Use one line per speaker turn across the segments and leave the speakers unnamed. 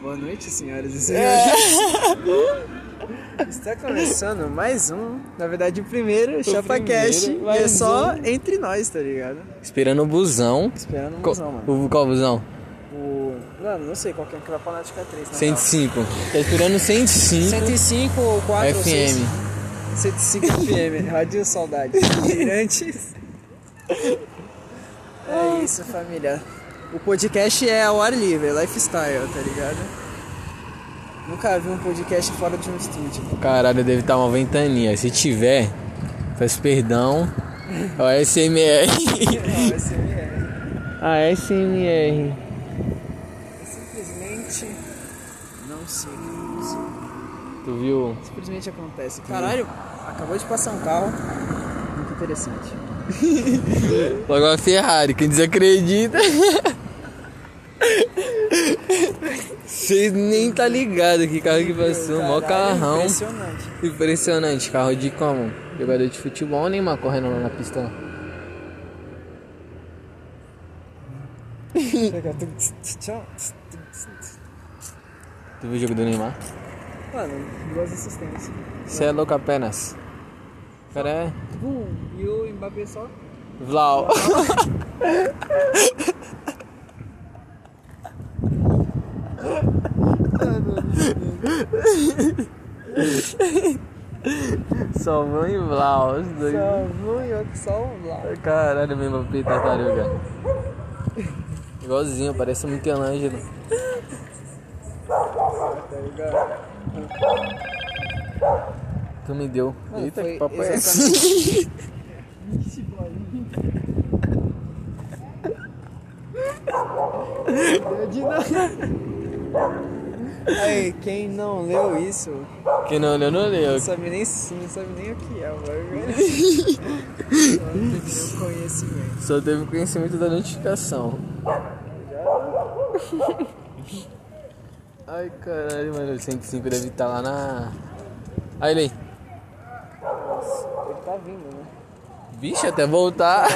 Boa noite, senhoras e senhores. Está começando mais um, na verdade o primeiro, o ChapaCast.
primeiro,
E é
mais
só
um.
entre nós, tá ligado?
Esperando o busão.
Esperando um
Co-
busão, mano.
o, qual busão?
O... Mano, não sei qual que é que vai pra Náutica 3, na real.
105. Tá esperando o 105
105 ou 4 ou 6?
FM.
105 FM, Rádio Saudade. Girantes. É isso, família. O podcast é ao ar livre, é lifestyle, tá ligado? Nunca vi um podcast fora de um estúdio.
Caralho, deve estar uma ventania. Se tiver, peço perdão. É o SMR.
Não, esse é
A SMR.
é simplesmente. Não sei, cara, não sei.
Tu viu?
Simplesmente acontece. Caralho, acabou de passar um carro. Muito interessante.
Logo a Ferrari, quem desacredita. Vocês nem tá ligado que carro que passou, mó
Caralho,
um carrão.
Impressionante.
Impressionante, carro de como? Jogador de futebol, Neymar correndo lá na pista. Tu viu o jogo do Neymar?
Mano, duas assistências.
Você é louco apenas. O cara é.
Bum, e o Mbappé só
Vlau. Só vão e Vlau, os dois.
Salvou e outro só o Blau.
Caralho, meu Mbappé tartaruga. Igualzinho, parece um Michelangelo.
Tá ligado?
Tu me deu.
Mano,
Eita,
Ah, foi
que papo é esse?
exatamente- Deu de nada. Aí, quem não leu isso,
Quem não olhou, não leu.
não sabe nem, não sabe nem o que é, o bagulho. Só não tem nenhum conhecimento.
Só teve conhecimento da notificação. Ai caralho, mano, o 105 deve estar lá na. Aí ele aí.
Ele tá vindo, né?
Bicho, até voltar.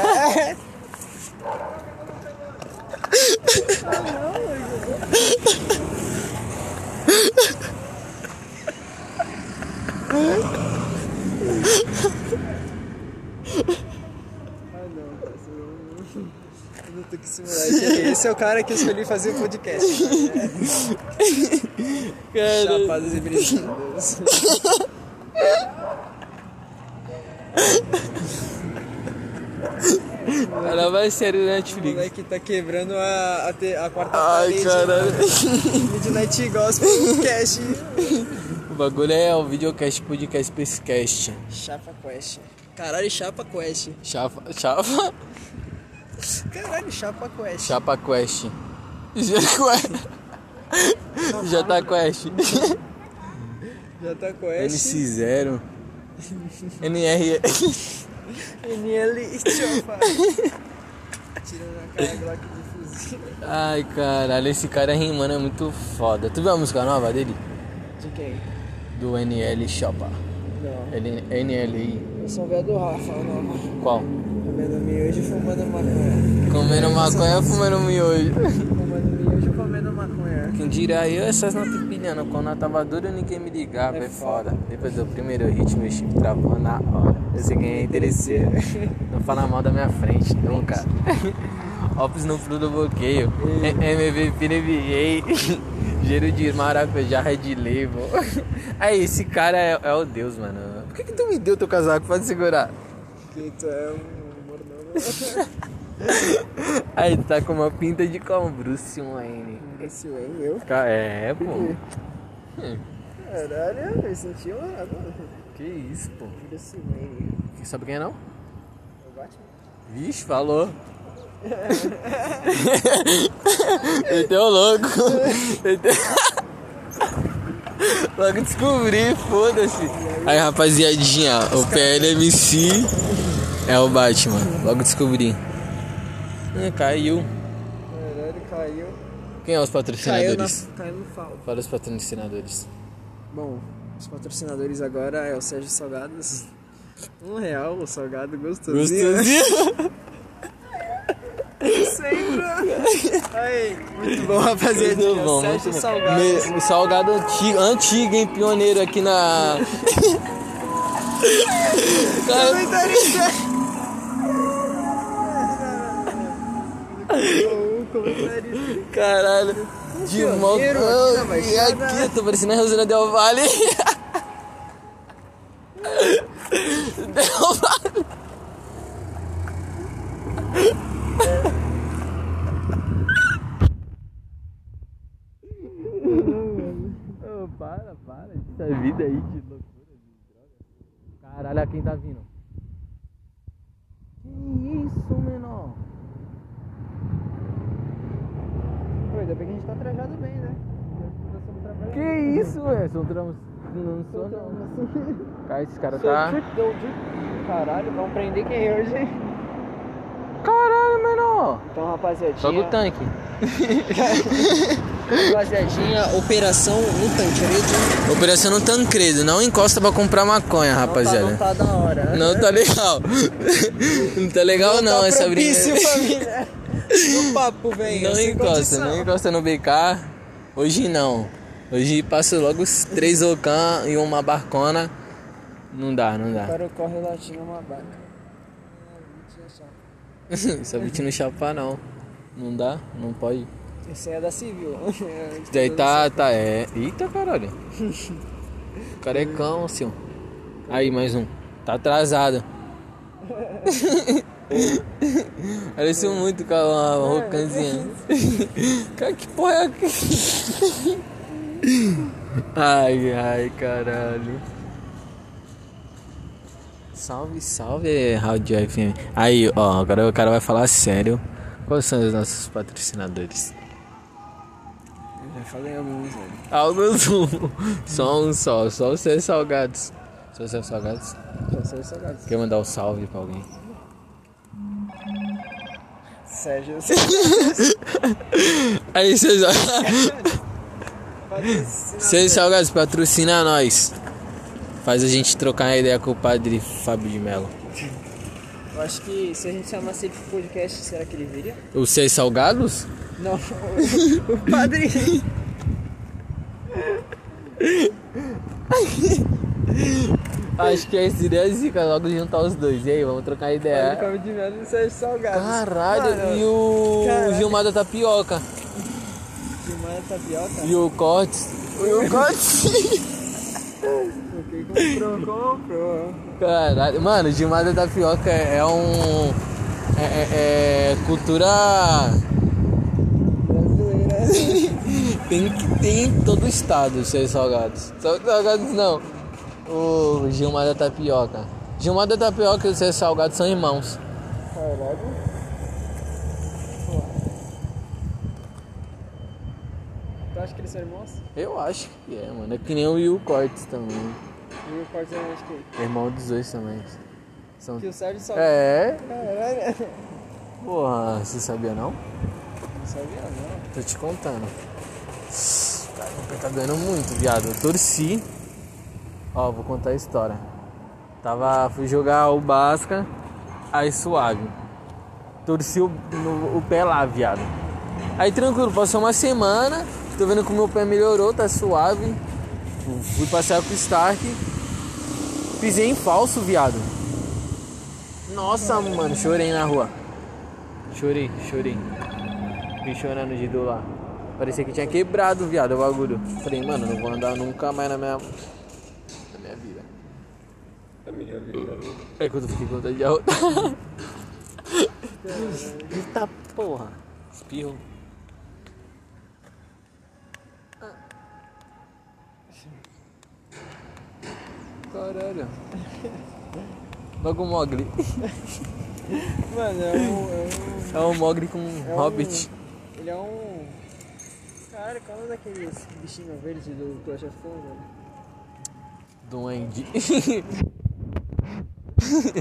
Ah, não, cara, você não- eu não tô com esse moleque. Esse é o cara que eu escolhi fazer o podcast.
Cara,
Chapadas e brincadas.
ela vai sério na
O
Netflix.
moleque tá quebrando a, a, te- a quarta
Ai
parede.
caralho.
Midnight Gospel Cash.
O bagulho é o videocast, podcast, pescast.
Chapa Quest. Caralho, Chapa Quest.
Chapa. Chapa.
Caralho, Chapa Quest.
Chapa Quest. J Quest. J Quest.
Jota Quest.
NC0. NR.
NL Chapa. Tirando a cara Glock de fuzil.
Ai, caralho, esse cara rimando é muito foda. Tu viu a música nova dele?
De quem?
Do NL Chopa.
Não.
Ele, NLI.
Eu sou o velho do Rafa, o nome.
Qual?
Comendo é miojo e fumando maconha.
Comendo maconha, fumando miojo.
Fumando miojo e comendo maconha.
Quem dirá um eu essas notas pilhando. Quando eu tava duro, ninguém me ligava. É foda. Depois do primeiro hit, meu chip travou na hora. Eu sei quem é interesseiro. Não fala mal da minha frente, nunca. Ops no flu do bloqueio. MVP NBA. Giro de maracujá, Red Label. Aí, esse cara é, é o Deus, mano. Por que, que tu me deu teu casaco? Pode segurar.
Que tu é um mordomo.
Aí, tu tá com uma pinta de como? Bruce Wayne.
Esse é o meu.
Ca- É, pô. Hum,
Caralho, eu senti uma água.
Que isso, pô.
Bruce Wayne.
Sabe quem é não?
O Batman?
Vixe, falou. Meteu o louco. Meteu- Logo descobri, foda-se. Aí, rapaziadinha, o PLMC é o Batman. Logo descobri. Hum, caiu.
Caralho, caiu.
Quem é os
Caiu, na,
patrocinadores?
caiu no falo.
Para os patrocinadores.
Bom, os patrocinadores agora é o Sérgio Salgados. Um real, o salgado gostosinho.
Gostosinho.
Sempre. Aí, muito bom, rapaziada. É
Muito bom,
Sérgio
muito bom.
Salgado.
Me- salgado antigo, antigo, hein? Pioneiro aqui na. Cara,
Comentarista.
Caralho, de
Pioneiro
mão.
aqui na
E
Baixada.
Um aqui, né? tô parecendo a Rosana Del Valle. Del Valle. para, para. Essa vida aí de loucura, de droga. Caralho, olha quem tá vindo. Que isso, menor?
Pô, ainda bem que a gente tá trajado bem, né?
Que isso, velho? Sou tramos. Não sou
um
não. Cara, esse cara tá.
Caralho, vamos prender quem é hoje, hein?
Caralho, menor!
Então, rapaziadinha.
Só do tanque.
Rapaziadinha, operação no Tanqueredo.
Operação no Tancredo, não encosta pra comprar maconha,
Não tá, não tá da hora. né?
Não tá legal. Não tá legal não,
tá
essa
propício,
brincadeira.
família. No papo, assim velho.
Não
sem
encosta,
condição.
não encosta no BK. Hoje não. Hoje passo logo os três Ocan e uma barcona. Não dá, não
O
dá.
cara corre latinha uma vaca.
Essa beat não chapa não. Não dá, não pode.
Esse aí é da civil.
Daí tá, tá, é. Eita caralho. Carecão, senhor. Aí, mais um. Tá atrasado. Pareceu muito com a rocanzinha. né? Cara, que porra é aqui? Ai, ai, caralho. Salve, salve, Rádio FM. Aí, ó, agora o cara vai falar sério. Quais são os nossos patrocinadores?
Já falei alguns, velho.
Alguns um. Só um só, só os seus salgados. Só os seus salgados.
Só sei salgados.
Quer mandar um salve pra alguém?
Sérgio,
Aí, seus, seus salgados, patrocina nós. Faz a gente trocar uma ideia com o padre Fábio de Mello.
eu acho que se a gente chamasse ele pro podcast, será que ele viria?
Os seus salgados?
Não, o, o padre.
Acho que é esse ideia zica, logo juntar os dois. E aí, vamos trocar
Ele
ideia.
come de mel e Sérgio Salgados.
É. Caralho,
Mano,
e o
Caralho.
Gilmar da Tapioca?
De mel e tapioca.
E o Cortes? E o Cortes?
Quem comprou, comprou.
Caralho, mano, Gilmar da Tapioca é um. É, é- é cultura.
Brasileira.
Tem que ter em todo o estado os seus salgados. Só que salgados não. O Gilmar da Tapioca. Gilmar da Tapioca e os seus salgados são irmãos.
Caralho. Tu acha que eles são irmãos?
Eu acho que é, mano. É que nem o Will Cortes também.
E o Cortes é mais que
Irmão dos dois também. São...
Que o Sérgio Salgados.
É?
Caralho.
Porra, você sabia não?
Não sabia, não.
Tô te contando. Cara, tá ganhando muito, viado. Eu torci. Ó, vou contar a história. Tava. Fui jogar o Basca, aí suave. Torci o, no- o pé lá, viado. Aí tranquilo, passou uma semana. Tô vendo que o meu pé melhorou, tá suave. Fui passear com o Stark. Pisei em falso, viado. Nossa, mano, chorei na rua. Chorei, chorei. Vim chorando de dor lá. Parecia que tinha quebrado, viado, o bagulho. Falei, mano, não vou andar nunca mais na minha. Na minha vida. Na minha vida. É quando eu fiquei com vontade de arrotar. Eita porra. Espirro. Caralho. Logo o Mogli.
Mano, é um. É um
É o Mogli com
é um-
Hobbit.
ele é um. Caralho, qual é o nome daqueles bichinho verde do Clash of Clans, velho?
Duende.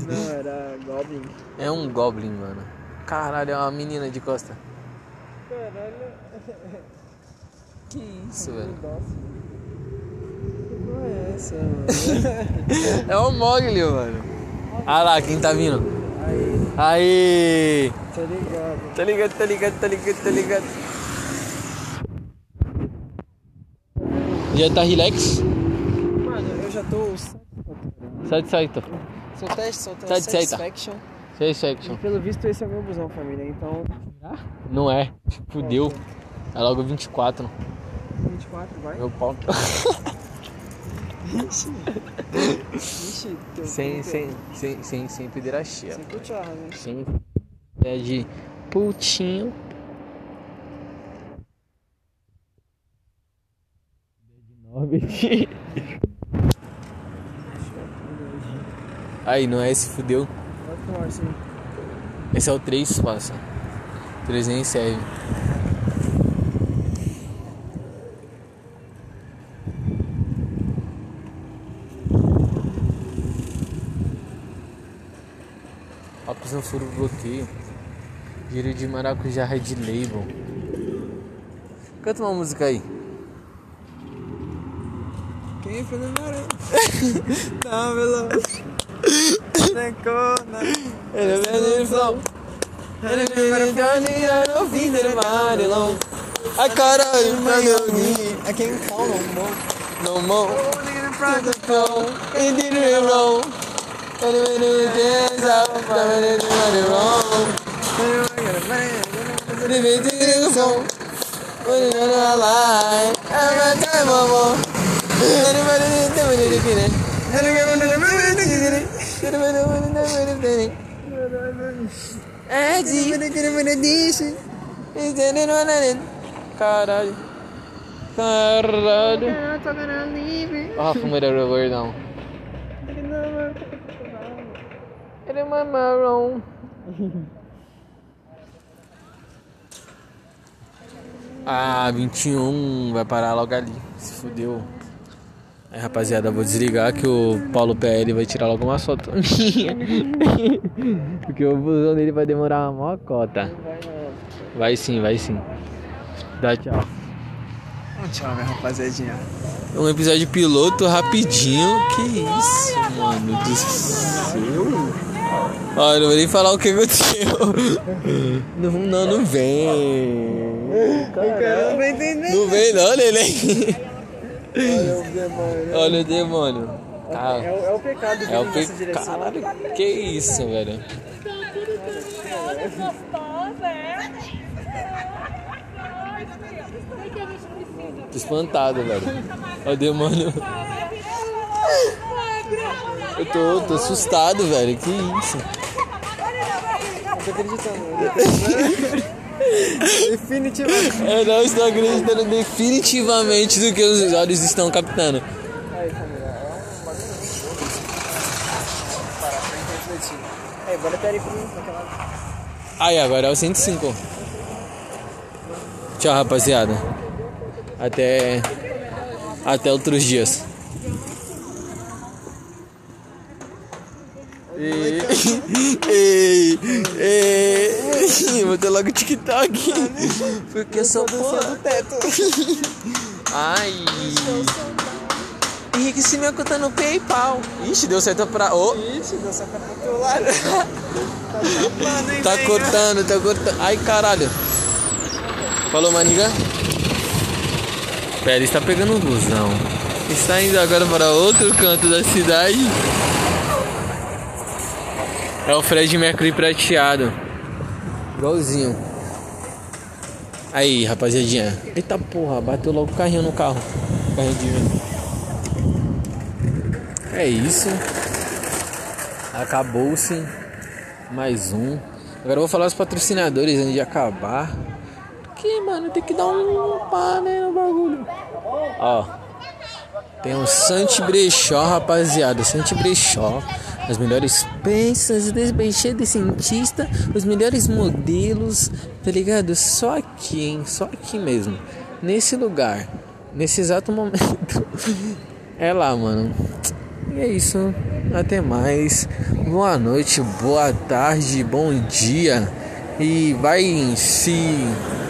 Não, era Goblin.
é um Goblin, mano. Caralho, é uma menina de costa.
Caralho.
Que isso, velho.
Nossa. Que porra é essa, mano?
um É o Mogli, mano. Ah lá, quem tá vindo?
Aí,
Aí!
Tá ligado.
Tá ligado, tá ligado, tá ligado, tá ligado. Já tá relax?
Mano, eu já tô.
Satisfeito.
Sou teste, sou
Tá
teste.
de saída.
Satisfaction.
Satisfaction.
Pelo visto, esse é o meu busão, família. Então,
Não é. Fudeu. É logo 24.
24, vai.
Meu pau. tá-
Ixi, teu.
Sem,
teu-
sem, sem, sem, sem pederastia.
Sem cutiarra, né?
Sim. É de putinho. Aí, não é esse fudeu.
Vai pro ar, sim.
Esse é o 3, passa. 3 nem serve. Óculos no um furo bloqueio. Giro de maracujá red label. Canta uma música aí.
Quem é Fernando Noronha? Não, pelo. Necona.
Ai caralho,
É quem calma, irmão.
No more. It didn't really wrong. Anyway, the days out, but I didn't do it wrong. But if it didn't so, what did I lie? I'm a time of all. Anybody didn't do it again. Anybody wouldn't do it again. Angie, is there anyone in? Caralho. Caralho. Ó, a fumeira do gordão. Ele é marrom. Ah, 21, vai parar logo ali. Se fudeu. Aí, rapaziada, eu vou desligar que o Paulo PL vai tirar logo uma foto minha. Porque o busão dele vai demorar uma mó cota. Vai sim, vai sim. Dá tchau.
Tchau, minha rapaziadinha.
Um episódio piloto rapidinho. Que isso, mano do céu. Olha, não vou nem falar o que aconteceu. Não, não, não vem.
Caramba, não entendi.
Não vem não, Neném.
Olha o demônio.
Olha o demônio. Ah,
É, o- é o pecado vir
é o
em nossa
pe...
direção.
Caralho, que isso, velho.
Olha que gostosa, é? Ai, meu Deus. Ai, que a gente precisa.
Tô espantado, velho. Olha o demônio.
Ai, graças a
Eu tô, tô assustado, velho. Que isso.
Deus.
Tô acreditando. Definitivamente.
Eu não estou acreditando definitivamente do que os olhos estão captando.
Aí, família, é um bagulho muito louco. Vamos Parar pra gente refletir. Aí, bora até ali comigo, naquela...
Aí, agora é o 105. Tchau, rapaziada. Até. Até outros dias. Ei, ei, ei, vou ter logo o TikTok. Porque eu sou porra.
do teto.
Ai. Henrique, se minha conta no PayPal. Ixi, deu certo pra. Ô,
Ixi, deu só pra pro lado.
Tá cortando, tá cortando. Ai, caralho. Falou, Maniga. Pera, está pegando um busão. Está indo agora para outro canto da cidade. É o Fred Mercury prateado. Igualzinho. Aí, rapaziadinha. Eita porra, bateu logo o carrinho no carro. Carrinho de mim. É isso. Acabou-se. Mais um. Agora eu vou falar os patrocinadores antes de acabar. Que, mano, tem que dar um pá, né, no bagulho. Ó. Tem o Sante Brechó, rapaziada. Sante Brechó. As melhores peças, desbeixe de cientista, os melhores modelos, tá ligado? Só aqui, hein? Só aqui mesmo. Nesse lugar, nesse exato momento. É lá, mano. E é isso. Até mais. Boa noite, boa tarde, bom dia. E vai se